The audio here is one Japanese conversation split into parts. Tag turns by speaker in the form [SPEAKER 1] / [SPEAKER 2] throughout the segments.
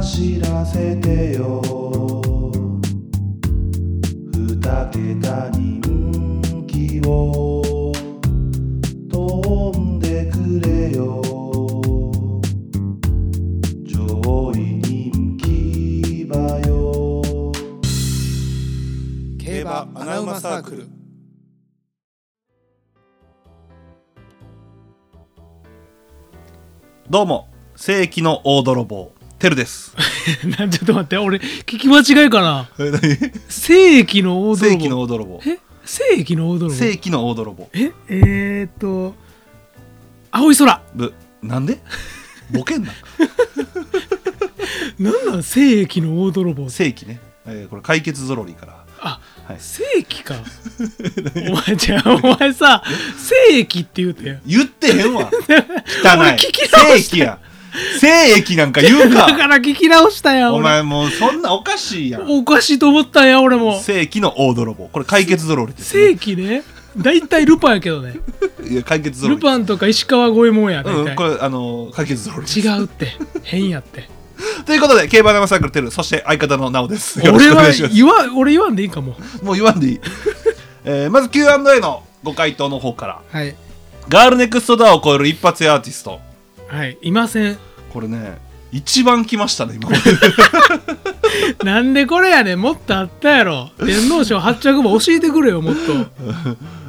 [SPEAKER 1] 走らせてよ二桁人気を飛んでくれよ上位人気馬よ
[SPEAKER 2] 競馬アナウマサークル
[SPEAKER 3] どうも世紀の大泥棒テルです
[SPEAKER 4] なちょっと待って俺聞き間違いかな
[SPEAKER 3] え何
[SPEAKER 4] 世紀の 大
[SPEAKER 3] 世
[SPEAKER 4] 泥
[SPEAKER 3] 紀の
[SPEAKER 4] 棒
[SPEAKER 3] 大泥棒
[SPEAKER 4] え世紀の大泥棒
[SPEAKER 3] 世紀の大泥棒
[SPEAKER 4] ええー、っと青い空
[SPEAKER 3] ぶなん でボケんな
[SPEAKER 4] なんなん世紀の大泥棒
[SPEAKER 3] 世紀ね、えーこれ解決ゾロリから
[SPEAKER 4] あ
[SPEAKER 3] はい
[SPEAKER 4] 世 紀かお前じゃあお前さ世紀って言うてよ
[SPEAKER 3] 言ってへ んわ汚
[SPEAKER 4] 俺
[SPEAKER 3] い
[SPEAKER 4] 聞き直
[SPEAKER 3] 世紀や世紀なんか言 う
[SPEAKER 4] だ
[SPEAKER 3] か
[SPEAKER 4] から聞き直したやん
[SPEAKER 3] お
[SPEAKER 4] 俺
[SPEAKER 3] 前もうそんなおかしいやん
[SPEAKER 4] おかしいと思ったんや俺も
[SPEAKER 3] 世紀の大泥棒これ解決ゾロリです、
[SPEAKER 4] 世
[SPEAKER 3] ね、
[SPEAKER 4] 紀ね大体ルパンやけどね
[SPEAKER 3] いや解決ゾロ
[SPEAKER 4] ル
[SPEAKER 3] リ
[SPEAKER 4] パンとか石川五右衛門や
[SPEAKER 3] う
[SPEAKER 4] 大
[SPEAKER 3] ん、こ
[SPEAKER 4] 体
[SPEAKER 3] れあの解決ゾロリです
[SPEAKER 4] 違うって変やって
[SPEAKER 3] ということで競馬生サークルテルそして相方のナオですよろし
[SPEAKER 4] 俺
[SPEAKER 3] くお願
[SPEAKER 4] はい
[SPEAKER 3] します
[SPEAKER 4] 言わ俺言わんでいいんかも
[SPEAKER 3] もう言わんでいい。 えーまず Q&A のご回答の方から。
[SPEAKER 4] はい
[SPEAKER 3] ガールネクストダーを超える一発屋アーティスト。
[SPEAKER 4] はいいません
[SPEAKER 3] これね、一番来ましたね、今まで。
[SPEAKER 4] なんでこれやねんもっとあったやろ天皇賞発着馬教えてくれよもっと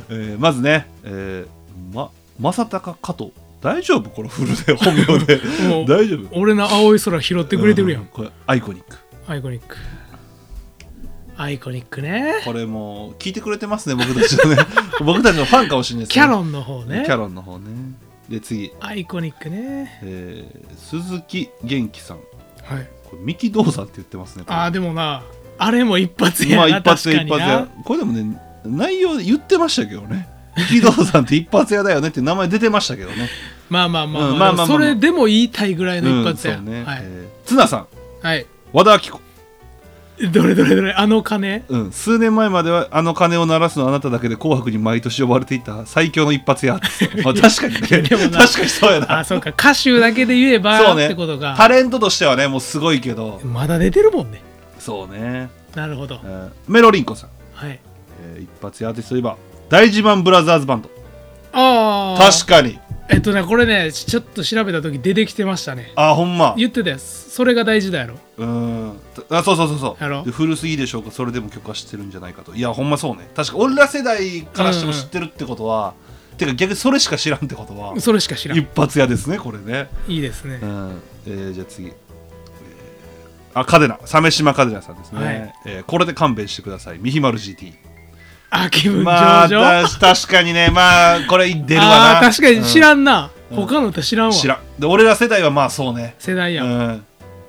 [SPEAKER 3] えーまずね、えー、ま、正隆加藤。大丈夫このフルで、本名で
[SPEAKER 4] も。う
[SPEAKER 3] 大丈夫
[SPEAKER 4] 俺の青い空拾ってくれてるや
[SPEAKER 3] うんこれ、アイコニック。
[SPEAKER 4] アイコニックアイコニックね
[SPEAKER 3] これもう、聞いてくれてますね、僕たちのね。 僕たちのファンかもしれないです、
[SPEAKER 4] キャロンの方ね
[SPEAKER 3] キャロンの方ね。で、次、
[SPEAKER 4] アイコニックね
[SPEAKER 3] えー鈴木元気さん。こ
[SPEAKER 4] はい
[SPEAKER 3] れ、三木道山って言ってますね。これ
[SPEAKER 4] あーでもなあれも一発やな、
[SPEAKER 3] まあ一発
[SPEAKER 4] 確
[SPEAKER 3] 屋一
[SPEAKER 4] かに
[SPEAKER 3] 発
[SPEAKER 4] な
[SPEAKER 3] 屋これでもね内容で言ってましたけど ね木戸さんって一発屋だよねって名前出てましたけど ね
[SPEAKER 4] まあまあまあ、
[SPEAKER 3] うんま
[SPEAKER 4] ま
[SPEAKER 3] あ
[SPEAKER 4] あ
[SPEAKER 3] まあまあ
[SPEAKER 4] それでも言いたいぐらいの一発や、
[SPEAKER 3] うんそうね、
[SPEAKER 4] はい、
[SPEAKER 3] えー綱さん
[SPEAKER 4] はい
[SPEAKER 3] 和田アキ子、
[SPEAKER 4] どれどれどれあの鐘
[SPEAKER 3] うん、数年前まではあの鐘を鳴らすのあなただけで紅白に毎年呼ばれていた最強の一発屋って、 まあ、確かにね
[SPEAKER 4] でも
[SPEAKER 3] 確
[SPEAKER 4] な
[SPEAKER 3] かにそうやな
[SPEAKER 4] あそうか歌手だけで言えば
[SPEAKER 3] そう
[SPEAKER 4] っ
[SPEAKER 3] ね
[SPEAKER 4] てことが、
[SPEAKER 3] タレントとしてはねもうすごいけど
[SPEAKER 4] まだ出てるもんね
[SPEAKER 3] そうね、
[SPEAKER 4] なるほど
[SPEAKER 3] えーメロリンコさん、
[SPEAKER 4] はい
[SPEAKER 3] えー一発屋アーティストといえば大自慢ブラザーズバンド
[SPEAKER 4] ああ
[SPEAKER 3] 確かに
[SPEAKER 4] えっとねこれねちょっと調べた時出てきてましたね
[SPEAKER 3] あほんま
[SPEAKER 4] 言ってたやつそれが大事だやろ
[SPEAKER 3] うーんあそうそうそうそ
[SPEAKER 4] やろ
[SPEAKER 3] うで古すぎでしょうかそれでも曲は知ってるんじゃないかといやほんまそうね確か俺ら世代からしても知ってるってことは、てか逆にそれしか知らんってことは
[SPEAKER 4] それしか知らんい
[SPEAKER 3] 一発屋ですねこれね、
[SPEAKER 4] いですね
[SPEAKER 3] うんえーじゃあ次、えーあカデナ鮫島カデナさんですね、
[SPEAKER 4] はい
[SPEAKER 3] えーこれで勘弁してくださいミヒマル GT
[SPEAKER 4] あ気分
[SPEAKER 3] ま
[SPEAKER 4] 上
[SPEAKER 3] あ
[SPEAKER 4] 々、あ
[SPEAKER 3] た確かにねまあこれ出るわな
[SPEAKER 4] あー確かに知
[SPEAKER 3] ん、
[SPEAKER 4] らんな、
[SPEAKER 3] うん
[SPEAKER 4] 他の歌知らん
[SPEAKER 3] う
[SPEAKER 4] わ
[SPEAKER 3] ん知らんで俺ら世代はまあそうね
[SPEAKER 4] 世代やん、
[SPEAKER 3] う
[SPEAKER 4] 流
[SPEAKER 3] ん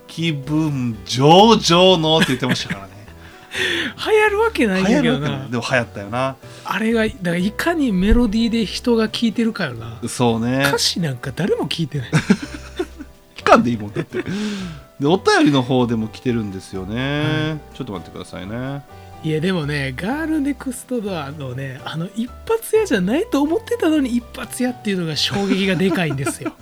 [SPEAKER 3] 気分上々のって言ってましたからね
[SPEAKER 4] 行るわけ ないん
[SPEAKER 3] 流行
[SPEAKER 4] やけど
[SPEAKER 3] る
[SPEAKER 4] な
[SPEAKER 3] でも流行ったよな
[SPEAKER 4] あれがだからいかにメロディーで人が聴いてるかよな
[SPEAKER 3] そうね
[SPEAKER 4] 歌詞なんか誰も聞い てない
[SPEAKER 3] 期間でいいもんだってでお便りの方でも来てるんですよね、ちょっと待ってくださいね
[SPEAKER 4] いやでもねガールネクストドアのねあの一発屋じゃないと思ってたのに一発屋っていうのが衝撃がでかいんですよ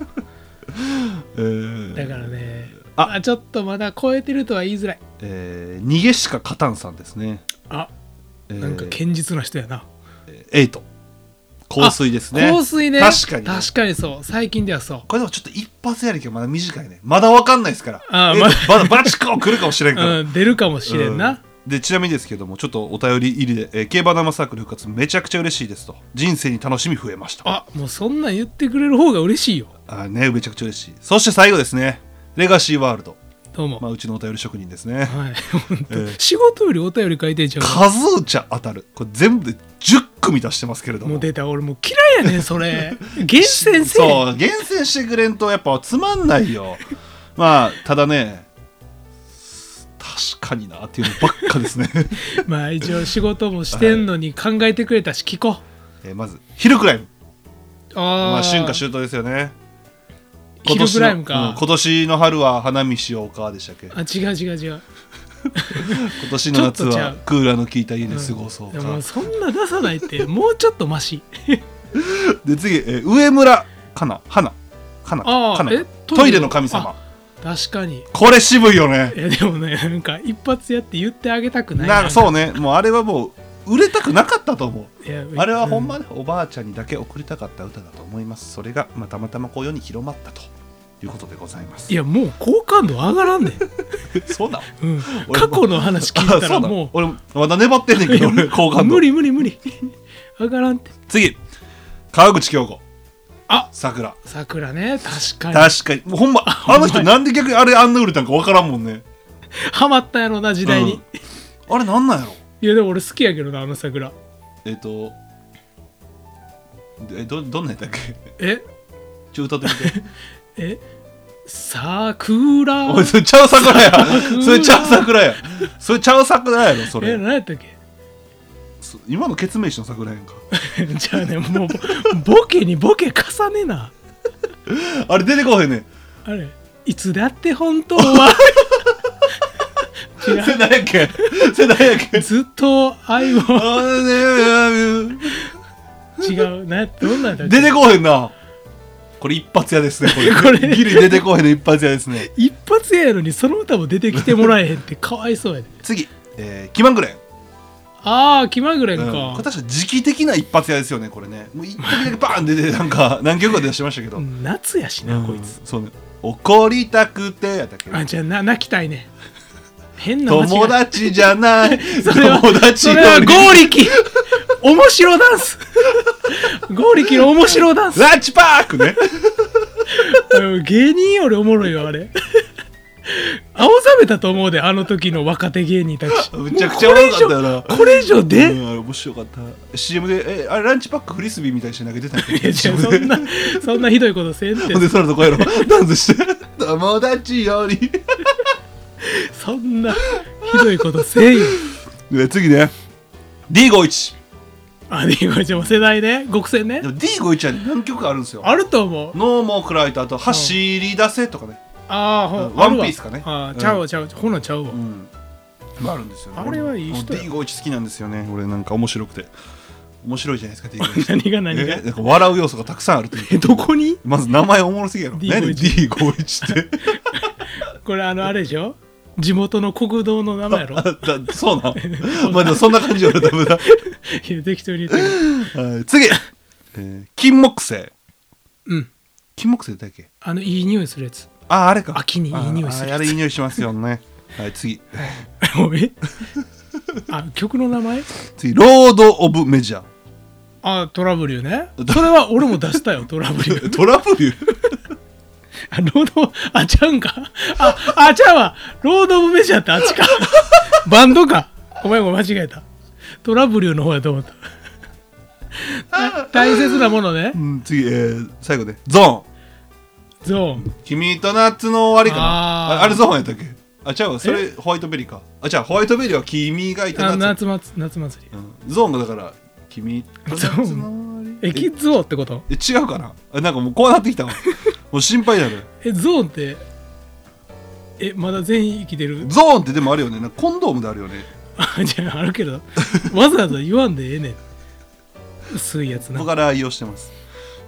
[SPEAKER 3] えー
[SPEAKER 4] だからね、
[SPEAKER 3] あ
[SPEAKER 4] あちょっとまだ超えてるとは言いづらい。
[SPEAKER 3] えー逃げしか勝たんさんですね、
[SPEAKER 4] あ
[SPEAKER 3] えー、
[SPEAKER 4] なんか堅実な人やな。
[SPEAKER 3] エイト香水ですね
[SPEAKER 4] 香水ね。
[SPEAKER 3] 確かにね、
[SPEAKER 4] 確かにそう。最近ではそう。
[SPEAKER 3] これでもちょっと一発やりきはまだ短いねまだわかんないですから
[SPEAKER 4] あー
[SPEAKER 3] えー
[SPEAKER 4] ま
[SPEAKER 3] まだバチコー来るかも しれんから、
[SPEAKER 4] うん、出るかもしれん
[SPEAKER 3] うん
[SPEAKER 4] な。
[SPEAKER 3] でちなみにですけどもちょっとお便り入りで、えー競馬生サークル復活めちゃくちゃ嬉しいですと人生に楽しみ増えました
[SPEAKER 4] あもうそんなん言ってくれる方が嬉しいよ。
[SPEAKER 3] あねめちゃくちゃ嬉しいそして最後ですねレガシーワールド、
[SPEAKER 4] どうも。
[SPEAKER 3] まあ、うちのお便り職人ですね
[SPEAKER 4] はい、本当
[SPEAKER 3] えー
[SPEAKER 4] 仕事よりお便り書いてんちゃうか
[SPEAKER 3] 数打ちゃ当たるこれ全部で10組出してますけれども
[SPEAKER 4] もう出た俺もう嫌いやねん それ厳選せえ
[SPEAKER 3] そう厳選してくれんとやっぱつまんないよまあただね確かになっていうのばっかですね、
[SPEAKER 4] まあ一応仕事もしてんのに考えてくれたし聞こう
[SPEAKER 3] えーまずヒルクライムま
[SPEAKER 4] あ
[SPEAKER 3] あ
[SPEAKER 4] あ
[SPEAKER 3] 春夏秋冬ですよね
[SPEAKER 4] ヒルクライムか
[SPEAKER 3] うん今年の春は花見しようかでしたっけ今
[SPEAKER 4] あ違う違う違う
[SPEAKER 3] 年の夏
[SPEAKER 4] ちょっとちゃ
[SPEAKER 3] は
[SPEAKER 4] う
[SPEAKER 3] クーラーの効いた家で過ごそう
[SPEAKER 4] で
[SPEAKER 3] か、
[SPEAKER 4] もうそんな出さないってもうちょっとマシ
[SPEAKER 3] で次、えー上村かな花かな
[SPEAKER 4] あー
[SPEAKER 3] かな
[SPEAKER 4] え
[SPEAKER 3] トイレの神様
[SPEAKER 4] あ確かに
[SPEAKER 3] これ渋いよね
[SPEAKER 4] いやでもねなんか一発やって言ってあげたくない
[SPEAKER 3] なんかそうねもうあれはもう売れたくなかったと思う
[SPEAKER 4] いや
[SPEAKER 3] あれはほん
[SPEAKER 4] う
[SPEAKER 3] まね、おばあちゃんにだけ送りたかった歌だと思いますそれが、まあ、たまたまこう世に広まったということでございます
[SPEAKER 4] いやもう好感度上がらんねん、
[SPEAKER 3] そうなの
[SPEAKER 4] うん、
[SPEAKER 3] 俺
[SPEAKER 4] 過去の話聞いた
[SPEAKER 3] あそ
[SPEAKER 4] ら
[SPEAKER 3] うなの
[SPEAKER 4] も
[SPEAKER 3] 俺まだ粘ってんねんけど俺好
[SPEAKER 4] う
[SPEAKER 3] 感度
[SPEAKER 4] 無理無理無理 上がらんって
[SPEAKER 3] 次川口京子
[SPEAKER 4] あ
[SPEAKER 3] 桜
[SPEAKER 4] 桜ね確かに
[SPEAKER 3] 確かにもうほんまあの人なんで逆にあれあんな売れたんか分からんもんね
[SPEAKER 4] ハマったやろな時代に、
[SPEAKER 3] うんあれなんなんやろ
[SPEAKER 4] いやでも俺好きやけどなあの桜
[SPEAKER 3] えっ、とえどどんなんやったっけ
[SPEAKER 4] え
[SPEAKER 3] ちょ歌ってみ て
[SPEAKER 4] え桜
[SPEAKER 3] おいそれちゃう桜 やそれちゃう桜やそれちゃう桜やろそ
[SPEAKER 4] え
[SPEAKER 3] れ
[SPEAKER 4] 何やったっけ
[SPEAKER 3] そ今のケツメイシの桜やんか
[SPEAKER 4] じゃあねもうボボケにボケ重ねな
[SPEAKER 3] あれ出てこへんねん
[SPEAKER 4] あれいつだって本当は違
[SPEAKER 3] それ誰やっけそれ誰やっ
[SPEAKER 4] う
[SPEAKER 3] け
[SPEAKER 4] ずっと愛を違うなどんなんだっけ
[SPEAKER 3] 出てこへんなこれ一発屋ですねこれ
[SPEAKER 4] これ
[SPEAKER 3] ギリ出てこへんの一発屋ですね
[SPEAKER 4] 一発やのにその歌も出てきてもらえへんって かわいそうやで、
[SPEAKER 3] 次、えー、キマングレン、
[SPEAKER 4] ああ気まぐれん
[SPEAKER 3] う
[SPEAKER 4] か、
[SPEAKER 3] ん、これ確か時期的な一発屋ですよねこれねもう一発だけバーン出てなんか何曲か出してましたけど、
[SPEAKER 4] 夏やしな、こいつ
[SPEAKER 3] うんそうね怒りたくてやったっけ
[SPEAKER 4] あじゃあな泣きたいね変な間違い
[SPEAKER 3] 友達じゃない
[SPEAKER 4] それは
[SPEAKER 3] 友達
[SPEAKER 4] それはゴーリキ面白ダンス ゴーリキの面白ダンス
[SPEAKER 3] ラッチパークね
[SPEAKER 4] うん芸人よりおもろいわあれ 青ざめたと思うであの時の若手芸人たち
[SPEAKER 3] むちゃくちゃおもろかったよな
[SPEAKER 4] もうこれ以上これ以上で、
[SPEAKER 3] う
[SPEAKER 4] い
[SPEAKER 3] ん、あれ面白かった CM でえあれランチパックフリスビーみたいにして投げてたんやけど
[SPEAKER 4] やいやそ んなそんなひどいことせんって
[SPEAKER 3] ほんで空とこうやろダンスして友達より
[SPEAKER 4] そんなひどいことせんよ
[SPEAKER 3] で次ね D51
[SPEAKER 4] あでこれじゃあもう世代ね極戦ね
[SPEAKER 3] でも D51 はね何曲かあるんですよ
[SPEAKER 4] あると思う
[SPEAKER 3] ノーモークライトあと走り出せとかね
[SPEAKER 4] ああほ
[SPEAKER 3] うん
[SPEAKER 4] あるわ
[SPEAKER 3] ワンピースかね
[SPEAKER 4] あ
[SPEAKER 3] うん
[SPEAKER 4] ーちゃうわちゃうわほなちゃうわ、
[SPEAKER 3] うんまああるんですよね
[SPEAKER 4] あれはいい人や
[SPEAKER 3] 俺も D51 好きなんですよね俺なんか面白くて面白いじゃないですか D51
[SPEAKER 4] 何が何が
[SPEAKER 3] えなんか笑う要素がたくさんあるという
[SPEAKER 4] えどこに
[SPEAKER 3] まず名前おもろすぎやろ
[SPEAKER 4] D51
[SPEAKER 3] 何 D51 って
[SPEAKER 4] これあのあれでしょ地元の国道の名前や ろい
[SPEAKER 3] あだそうなんまあでもそんな感じ俺多分な
[SPEAKER 4] や適当に言ってる
[SPEAKER 3] はい次、えー、金木犀
[SPEAKER 4] うん
[SPEAKER 3] 金木犀だっけ
[SPEAKER 4] あのいい匂いするやつ
[SPEAKER 3] ああれか
[SPEAKER 4] 秋にいい匂いする
[SPEAKER 3] あああれいい匂いしますよねはい次
[SPEAKER 4] もうえあ曲の名前
[SPEAKER 3] 次ロード・オブ・メジャ
[SPEAKER 4] あトラブルねそれは俺も出し たよトラブル
[SPEAKER 3] ートラブル
[SPEAKER 4] あロードあちゃうんかああちゃうわロード・オブ・メジャーってあっちかバンドかごめんごめん間違えたトラブルの方やと思ったた大切なものね
[SPEAKER 3] うん次、えー、最後でゾーン
[SPEAKER 4] ゾーン
[SPEAKER 3] 君と夏の終わりかな
[SPEAKER 4] あー
[SPEAKER 3] ああれゾーンやったっけあ違うわそれホワイトベリーかあ違うホワイトベリーは君がいた
[SPEAKER 4] あ
[SPEAKER 3] 夏
[SPEAKER 4] 夏祭夏祭り
[SPEAKER 3] うんゾーンがだから君と夏の終わり
[SPEAKER 4] えキッズ王ってこと
[SPEAKER 3] え違うかなあなんかもうこうなってきたわ もう心配だね
[SPEAKER 4] えゾーンってえまだ全員生きてる
[SPEAKER 3] ゾーンってでもあるよねなんかコンドームであるよね
[SPEAKER 4] あ じゃああるけどわざわざ言わんでええねん薄いやつな
[SPEAKER 3] 僕から愛用してます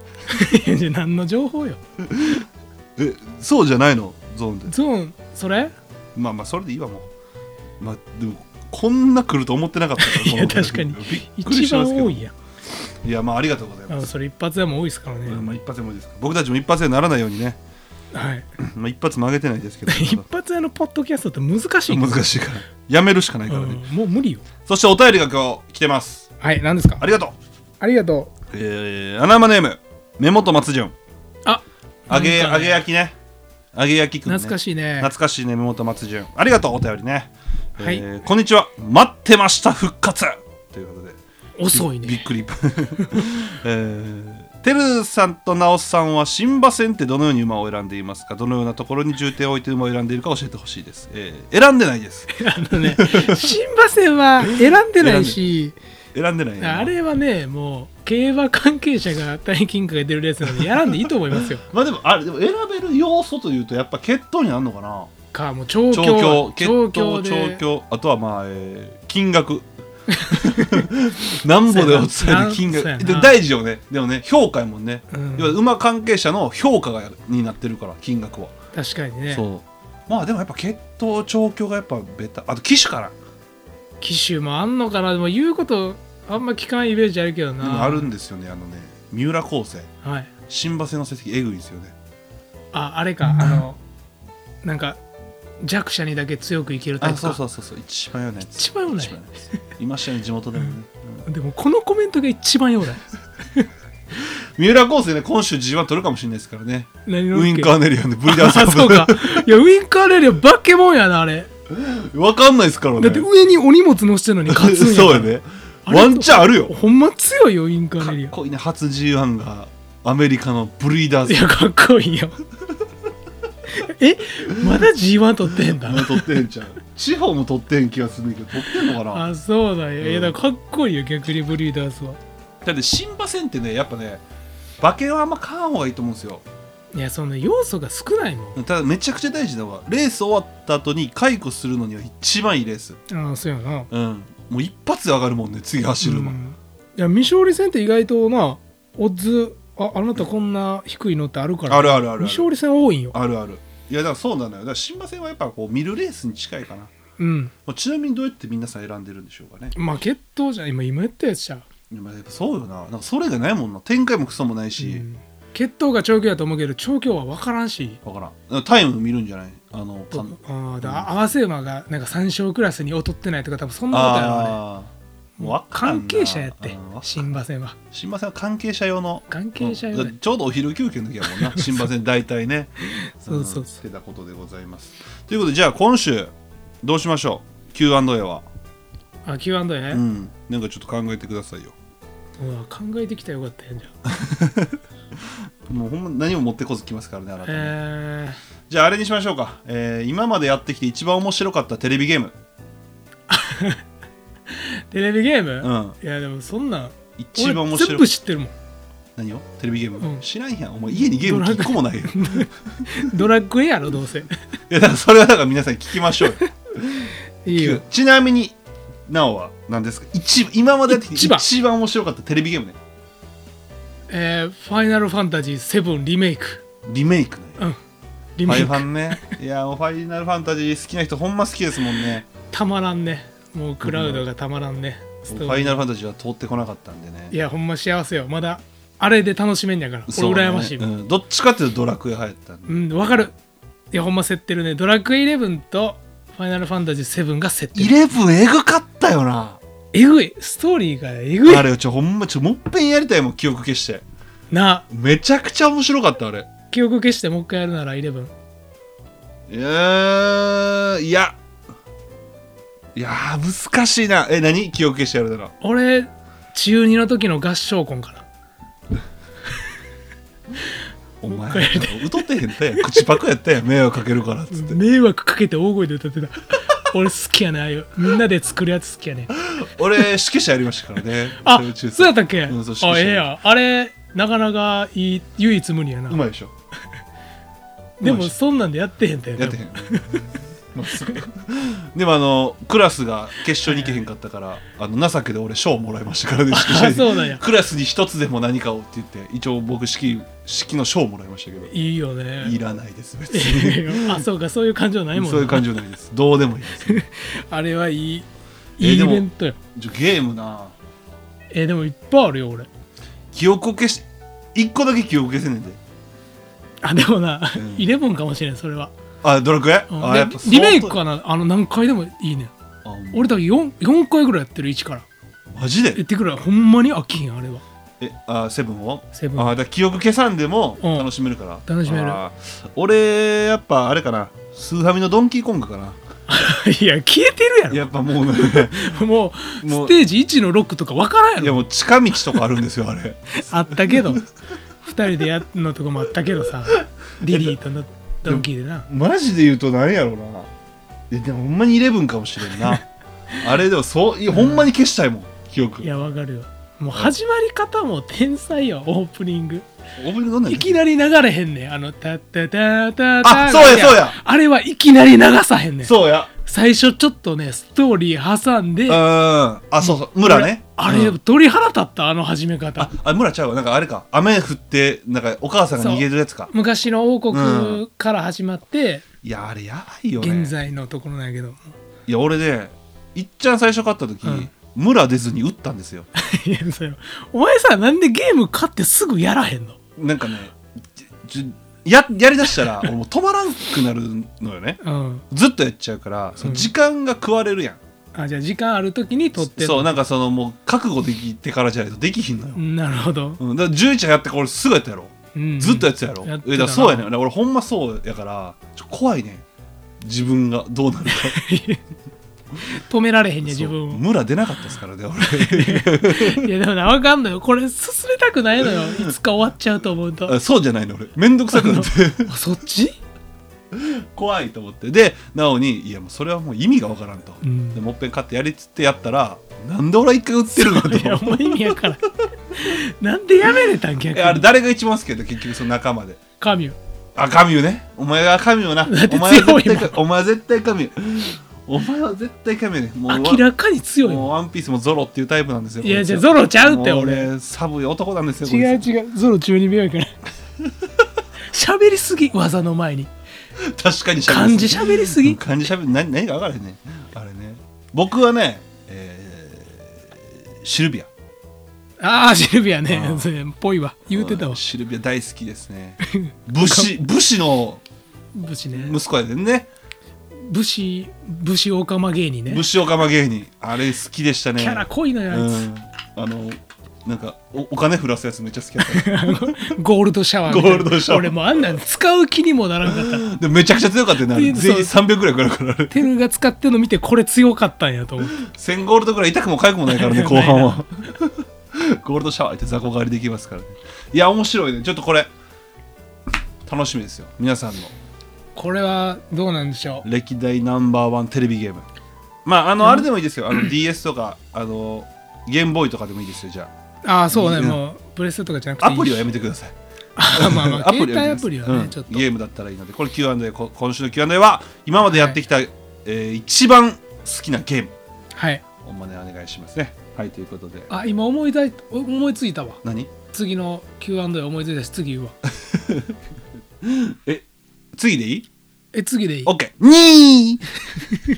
[SPEAKER 4] いやじゃあ何の情報よ
[SPEAKER 3] えそうじゃないのゾーンで
[SPEAKER 4] ゾーンそれ
[SPEAKER 3] まあまあそれでいいわもうまあでもこんな来ると思ってなかったから
[SPEAKER 4] いや確かに
[SPEAKER 3] このびっくり
[SPEAKER 4] 一
[SPEAKER 3] しま
[SPEAKER 4] 番
[SPEAKER 3] すけど
[SPEAKER 4] 多いやん
[SPEAKER 3] いやまあありがとうござい
[SPEAKER 4] あ
[SPEAKER 3] ます
[SPEAKER 4] それ一発でも多いですからね、
[SPEAKER 3] うんまあ一発でもいいですか僕たちも一発でならないようにね
[SPEAKER 4] はい
[SPEAKER 3] まあ一発曲げてないですけど
[SPEAKER 4] 一発屋のポッドキャストって難しいから
[SPEAKER 3] 難しいからやめるしかないから
[SPEAKER 4] う
[SPEAKER 3] ね
[SPEAKER 4] ん、もう無理よ
[SPEAKER 3] そしてお便りが今日来てます
[SPEAKER 4] はい何ですか
[SPEAKER 3] ありがとう
[SPEAKER 4] ありがとう
[SPEAKER 3] えー、アナマネーム根本松潤
[SPEAKER 4] あ
[SPEAKER 3] 揚げ
[SPEAKER 4] なんか
[SPEAKER 3] 揚げ焼きね揚げ焼きくん、ね、
[SPEAKER 4] 懐かしいね
[SPEAKER 3] 懐かしいね、根本松潤。ありがとう、お便りね。
[SPEAKER 4] はい
[SPEAKER 3] えーこんにちは、待ってました、復活ということで、
[SPEAKER 4] 遅い
[SPEAKER 3] びっ
[SPEAKER 4] ね
[SPEAKER 3] くり。 えーてるさんとなおさんは新馬戦ってどのように馬を選んでいますかどのようなところに重点を置いて馬を選んでいるか教えてほしいです、えー選んでない です
[SPEAKER 4] あのね新馬戦は選んでないし
[SPEAKER 3] 選んでない
[SPEAKER 4] あれはねもう競馬関係者が大金貨が出るやつなのでやらんでいいと思いますよ
[SPEAKER 3] まあでもあれでも選べる要素というとやっぱ血統になるのかな
[SPEAKER 4] かもう調
[SPEAKER 3] 調
[SPEAKER 4] 教
[SPEAKER 3] 教血統
[SPEAKER 4] で
[SPEAKER 3] 調教あとはまあ、えー金額 何歩でお伝える金
[SPEAKER 4] そうやな
[SPEAKER 3] 額で大事よねでもね評価やもんね、
[SPEAKER 4] うん
[SPEAKER 3] 要は馬関係者の評価がになってるから金額は
[SPEAKER 4] 確かにね
[SPEAKER 2] そうまあでもやっぱ血統調教がやっぱベタあと機種から
[SPEAKER 4] 機種もあんのかなでも言うことあんま聞かないイメージあるけど
[SPEAKER 2] で
[SPEAKER 4] な
[SPEAKER 2] もあるんですよねあのね三浦高生
[SPEAKER 4] はい
[SPEAKER 2] 新馬戦の成績えぐいんですよね
[SPEAKER 4] ああれかあのなんか弱者にだけ強くいけるタイ
[SPEAKER 2] あ
[SPEAKER 4] プか
[SPEAKER 2] そうそうそうそう一番よないやつ
[SPEAKER 4] 一番よない
[SPEAKER 2] 一番よやついましたよね地元でもね、うん
[SPEAKER 4] でもこのコメントが一番よない
[SPEAKER 2] 三浦高生ね今週 G1 取るかもしれないですからね
[SPEAKER 4] 何の
[SPEAKER 2] ウインカーネリアンで V ダンサ
[SPEAKER 4] あそうかいやウインカーレリアバケモンやなあれ
[SPEAKER 2] わかんないですからね
[SPEAKER 4] だって上にお荷物乗せてるのに勝つん や
[SPEAKER 2] そうやね
[SPEAKER 4] あれ
[SPEAKER 2] ワンチャンあるよ
[SPEAKER 4] ほんま強いよウインカ
[SPEAKER 2] か
[SPEAKER 4] ー
[SPEAKER 2] っ
[SPEAKER 4] レリア
[SPEAKER 2] こいいね初 G1 がアメリカのブリーダーズ
[SPEAKER 4] いやかっこいいよえまだ G1 取ってんだ
[SPEAKER 2] もう取ってんじゃん地方も取ってん気がするんだけど取ってんのかな
[SPEAKER 4] あそうだよ、いや
[SPEAKER 2] うん
[SPEAKER 4] だからかっこいいよ逆にブリーダーズは
[SPEAKER 2] だって新馬戦ってねやっぱね馬券はあんま買わん方がいいと思うんですよ
[SPEAKER 4] いやその要素が少ないもん
[SPEAKER 2] ただめちゃくちゃ大事なのはレース終わった後に解雇するのには一番いいレース
[SPEAKER 4] ああそうやな
[SPEAKER 2] うんもう一発で上がるもんね次走るも、
[SPEAKER 4] うんんいや未勝利戦って意外となオッズああなたこんな低いのってあるから
[SPEAKER 2] あるあるあるあ
[SPEAKER 4] 未勝
[SPEAKER 2] る
[SPEAKER 4] 利戦多いんよ
[SPEAKER 2] あるあるいやだからそうなのよだから新馬戦はやっぱこう見るレースに近いかなも
[SPEAKER 4] うん
[SPEAKER 2] うちなみにどうやって皆さん選んでるんでしょうかね
[SPEAKER 4] まあ決闘じゃん今今やったやつじゃん、
[SPEAKER 2] でもやっぱそうよななんかそれがないもんな展開もクソもないし、
[SPEAKER 4] 決闘が調教やと思うけど調教は分からんし
[SPEAKER 2] わからんタイム見るんじゃないあのかん
[SPEAKER 4] ああだから合わせ馬がなんか3勝クラスに劣ってないとか多分そんなことやろうね
[SPEAKER 2] あーもうわからんな
[SPEAKER 4] 関係者やって
[SPEAKER 2] うんわ
[SPEAKER 4] 新馬戦は
[SPEAKER 2] 新馬戦は関係者用の
[SPEAKER 4] 関係者用
[SPEAKER 2] う
[SPEAKER 4] ね
[SPEAKER 2] んだってちょうどお昼休憩の時や もんな新馬戦大体ね
[SPEAKER 4] そうそうそ
[SPEAKER 2] んしてたことでございますということでじゃあ今週どうしましょう Q&A は
[SPEAKER 4] あ Q&A、
[SPEAKER 2] う
[SPEAKER 4] うん
[SPEAKER 2] なんかちょっと考えてくださいよ
[SPEAKER 4] わ考えてきたらよかったやんじゃん
[SPEAKER 2] もうほんま何も持ってこず来ますからねあなたね、
[SPEAKER 4] え
[SPEAKER 2] じゃああれにしましょうか、えー今までやってきて一番面白かったテレビゲーム
[SPEAKER 4] ー、テレビゲーム、
[SPEAKER 2] うん
[SPEAKER 4] いやでもそんなん
[SPEAKER 2] 一番面
[SPEAKER 4] 俺全
[SPEAKER 2] 白
[SPEAKER 4] 部
[SPEAKER 2] い
[SPEAKER 4] 知ってるもん
[SPEAKER 2] 何よテレビゲーム、
[SPEAKER 4] うん
[SPEAKER 2] 知らんやんお前家にゲーム一個も ないよい
[SPEAKER 4] ドラッグエやろどうせ
[SPEAKER 2] やだからそれはだから皆さん聞きましょうよ
[SPEAKER 4] いいよ
[SPEAKER 2] ちなみになおは何ですか一今までやってきて
[SPEAKER 4] 一番
[SPEAKER 2] 一番面白かったテレビゲームね
[SPEAKER 4] えー、ファイナルファンタジー7リメイク
[SPEAKER 2] リメイクね
[SPEAKER 4] うんリ
[SPEAKER 2] フ
[SPEAKER 4] メ
[SPEAKER 2] ァイ
[SPEAKER 4] イ
[SPEAKER 2] フ
[SPEAKER 4] ク
[SPEAKER 2] ァンねいやもうファイナルファンタジー好きな人ほんま好きですもんね
[SPEAKER 4] たまらんねもうクラウドがたまらんね
[SPEAKER 2] フ
[SPEAKER 4] ストー
[SPEAKER 2] ァ
[SPEAKER 4] リ
[SPEAKER 2] イ
[SPEAKER 4] ー
[SPEAKER 2] ナルファンタジーは通ってこなかったんでね
[SPEAKER 4] いやほんま幸せよまだあれで楽しめんやから
[SPEAKER 2] そうね
[SPEAKER 4] 俺羨ましいもん
[SPEAKER 2] うんどっちかっていうとドラクエ流行ったんで
[SPEAKER 4] うんわかるいやほんま競ってるねドラクエ11とファイナルファンタジー7が競って
[SPEAKER 2] イ
[SPEAKER 4] る
[SPEAKER 2] レブンエグかったよな
[SPEAKER 4] えぐいストーリーがえぐい
[SPEAKER 2] あれよちょほんまちょもっぺんやりたいもん記憶消して
[SPEAKER 4] な
[SPEAKER 2] めちゃくちゃ面白かったあれ
[SPEAKER 4] 記憶消してもう一回やるなら11
[SPEAKER 2] えーいやいやー難しいなえ何記憶消してやるだろ
[SPEAKER 4] 俺中2の時の合唱コンかな
[SPEAKER 2] お前歌ってへんて口パクやったやん迷惑かけるからっつって
[SPEAKER 4] 迷惑かけて大声で歌ってた 俺好きやねああいうみんなで作るやつ好きやね
[SPEAKER 2] 俺指揮者やりましたからね
[SPEAKER 4] あ
[SPEAKER 2] 中中
[SPEAKER 4] そうやったっけ、
[SPEAKER 2] うんそう指揮者
[SPEAKER 4] あええやんあれなかなかいい唯一無二やな
[SPEAKER 2] うまいでしょ
[SPEAKER 4] で
[SPEAKER 2] うま
[SPEAKER 4] も
[SPEAKER 2] いし
[SPEAKER 4] そんなんでやってへんだよ
[SPEAKER 2] や ってへんまあすごい でもあのクラスが決勝に行けへんかったからあの情けで俺賞もらいましたからね指揮者
[SPEAKER 4] あ
[SPEAKER 2] に
[SPEAKER 4] そうなんや
[SPEAKER 2] クラスに一つでも何かをって言って一応僕指揮指揮の賞をもらいましたけど
[SPEAKER 4] いいよね
[SPEAKER 2] いらないです別に
[SPEAKER 4] いあそうかそういう感情ないもんな
[SPEAKER 2] そういう感情ないですどうでもいいです
[SPEAKER 4] あれはいい
[SPEAKER 2] え
[SPEAKER 4] いいイ
[SPEAKER 2] でも
[SPEAKER 4] ベントよ
[SPEAKER 2] じゃゲームな
[SPEAKER 4] えでもいっぱいあるよ俺
[SPEAKER 2] 記憶を消し一個だけ記憶消せねえんで
[SPEAKER 4] あでもな、
[SPEAKER 2] うん
[SPEAKER 4] イレブンかもしれんそれは、
[SPEAKER 2] あドラクエ、
[SPEAKER 4] うん
[SPEAKER 2] あ
[SPEAKER 4] で
[SPEAKER 2] やっぱ相当
[SPEAKER 4] リメイクはなあの何回でもいいねん
[SPEAKER 2] あほんま
[SPEAKER 4] 俺多分 4, 4回ぐらいやってる1から
[SPEAKER 2] マジで
[SPEAKER 4] やってくらいほんまに飽きひんあれは
[SPEAKER 2] えあセブンを
[SPEAKER 4] セブン
[SPEAKER 2] あだから記憶消さんでも
[SPEAKER 4] うん
[SPEAKER 2] 楽しめるから、
[SPEAKER 4] 楽しめる
[SPEAKER 2] あー俺やっぱあれかなスーファミのドンキーコングか ない
[SPEAKER 4] や消えてるやろ
[SPEAKER 2] やっぱ もうね
[SPEAKER 4] もう
[SPEAKER 2] もう
[SPEAKER 4] ステージ1の6とか分からん
[SPEAKER 2] い
[SPEAKER 4] や
[SPEAKER 2] や
[SPEAKER 4] ろ
[SPEAKER 2] もう近道とかあるんですよあれ
[SPEAKER 4] あったけど2人でやるのとかもあったけどさ リリーとのドンキーでな
[SPEAKER 2] マジで言うと何やろうないやでもほんまにイレブンかもしれんなあれでもそういやほんまに消したいもん記憶
[SPEAKER 4] いや分かるよもう始まり方も天才よオープニング
[SPEAKER 2] オープニングどんなんや
[SPEAKER 4] い
[SPEAKER 2] ったっ
[SPEAKER 4] きなり流れへんねんあの「タッタタタタ」
[SPEAKER 2] あそうやそうや
[SPEAKER 4] あれはいきなり流さへんね
[SPEAKER 2] け
[SPEAKER 4] ん
[SPEAKER 2] そうや
[SPEAKER 4] 最初ちょっとねストーリー挟ん
[SPEAKER 2] う
[SPEAKER 4] で
[SPEAKER 2] んあそうそう村ね
[SPEAKER 4] あれ、
[SPEAKER 2] うん
[SPEAKER 4] 鳥肌立ったあの始め方
[SPEAKER 2] ああ村ちゃうわなんかあれか雨降ってなんかお母さんが逃げるやつか
[SPEAKER 4] 昔の王
[SPEAKER 2] う
[SPEAKER 4] 国から始まって、
[SPEAKER 2] いやあれやばいよね
[SPEAKER 4] 現在のところなんやけど
[SPEAKER 2] いや俺ねいっちゃん最初買った時、
[SPEAKER 4] うん
[SPEAKER 2] 村出ずに打ったんですよ
[SPEAKER 4] いやそれお前さなんでゲーム買ってすぐやらへんの
[SPEAKER 2] なんかねじじややりだした ら俺もう止まらんくなるのよね
[SPEAKER 4] うん
[SPEAKER 2] ずっとやっちゃうから、その時間が食われるやん
[SPEAKER 4] あじゃあ時間ある時に撮ってんの
[SPEAKER 2] そうなんかそのもう覚悟できてからじゃないとできひんのよ、
[SPEAKER 4] なるほど、
[SPEAKER 2] うん、だから11ちゃんやってから俺すぐやったやろ、
[SPEAKER 4] うん
[SPEAKER 2] ずっとやってたやろ、
[SPEAKER 4] やってた
[SPEAKER 2] え
[SPEAKER 4] な
[SPEAKER 2] だからそうやねだから俺ほんまそうやからちょ怖いね自分がどうなるか
[SPEAKER 4] 止められへんねん
[SPEAKER 2] そ
[SPEAKER 4] 自
[SPEAKER 2] う
[SPEAKER 4] 分を
[SPEAKER 2] 村出なかったですからね俺
[SPEAKER 4] いやでもな分かんのよこれ進めたくないのよいつか終わっちゃうと思うと
[SPEAKER 2] あそうじゃないの俺めんどくさくなって
[SPEAKER 4] あそっち
[SPEAKER 2] 怖いと思ってでなおにいやもうそれはもう意味がわからんと、
[SPEAKER 4] うん
[SPEAKER 2] でもっぺん買ってやれっつってやったらなんで俺は一回売ってるのと
[SPEAKER 4] いやもう意味やからなんでやめれたん逆
[SPEAKER 2] えあれ
[SPEAKER 4] に
[SPEAKER 2] 誰が一番好きやった結局その仲間で
[SPEAKER 4] 神よ
[SPEAKER 2] あ神よねお前が神よなお
[SPEAKER 4] だって
[SPEAKER 2] 前は
[SPEAKER 4] 強い
[SPEAKER 2] 絶
[SPEAKER 4] もん
[SPEAKER 2] 対かお前は絶対神よお前は絶対神よねもう
[SPEAKER 4] 明らかに強い
[SPEAKER 2] も
[SPEAKER 4] も
[SPEAKER 2] うワンピースもゾロっていうタイプなんですよ
[SPEAKER 4] んいやじゃあ
[SPEAKER 2] こ
[SPEAKER 4] ゾロちゃ
[SPEAKER 2] いつ
[SPEAKER 4] うって
[SPEAKER 2] もう
[SPEAKER 4] 俺
[SPEAKER 2] ね寒い男なんですよ
[SPEAKER 4] 違う
[SPEAKER 2] こいつ
[SPEAKER 4] 違うゾロ中二病やから 喋りすぎ技の前に
[SPEAKER 2] 確かにし
[SPEAKER 4] 漢字喋りすぎ
[SPEAKER 2] 漢字しゃべる何何が分からへんねんあれね僕はね、えーシルビア
[SPEAKER 4] ああシルビアね
[SPEAKER 2] うん
[SPEAKER 4] それっぽいわ言うてたわ
[SPEAKER 2] シルビア大好きです ね武士武士の
[SPEAKER 4] 武士ね
[SPEAKER 2] 息子やでね
[SPEAKER 4] 武士武士オカマ芸人ね
[SPEAKER 2] 武士オカマ芸人あれ好きでしたね
[SPEAKER 4] キャラ濃いのよあいつ
[SPEAKER 2] うん、あのなんかおお金降らすやつめっちゃ好きやった
[SPEAKER 4] ゴールドシャワーみたいな
[SPEAKER 2] ゴールドシャワー
[SPEAKER 4] 俺もうあんなん使う気にもならんかっ
[SPEAKER 2] で
[SPEAKER 4] た
[SPEAKER 2] めちゃくちゃ強かったよ ねあれ
[SPEAKER 4] そう
[SPEAKER 2] 全員300ぐらいくらいからあれ
[SPEAKER 4] テルが使ってるの見てこれ強かったんやと思って
[SPEAKER 2] 1000ゴールドぐらい痛くも痒くもないからね後半は ゴールドシャワーって雑魚狩りできますからねいや面白いねちょっとこれ楽しみですよ皆さんの
[SPEAKER 4] これはどうなんでしょう
[SPEAKER 2] 歴代ナンバーワンテレビゲームまああのあれでもいいですよあの DS とかあのゲームボーイとかでもいいですよじゃ
[SPEAKER 4] ああそうね
[SPEAKER 2] うん
[SPEAKER 4] もうプレステとかじゃなくて
[SPEAKER 2] あ
[SPEAKER 4] いい
[SPEAKER 2] アプリはやめてください
[SPEAKER 4] あま あまあ携帯アプリはね、
[SPEAKER 2] うん
[SPEAKER 4] ちょっと
[SPEAKER 2] ゲームだったらいいのでこれ Q&A こ今週の Q&A は今までやってきた、えー一番好きなゲーム
[SPEAKER 4] はい
[SPEAKER 2] お真似お願いしますねはいということで
[SPEAKER 4] あ今思いだい思いついたわ
[SPEAKER 2] 何
[SPEAKER 4] 次の Q&A 思いついたし次言うわ
[SPEAKER 2] え次でいい
[SPEAKER 4] え次でいい
[SPEAKER 2] ?OK にー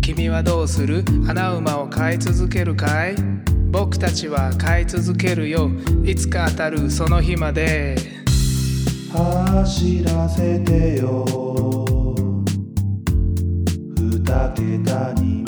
[SPEAKER 5] 君はどうする穴馬を飼い続けるかい僕たちは飼い続けるよいつか当たるその日まで
[SPEAKER 3] 走らせてよ二桁人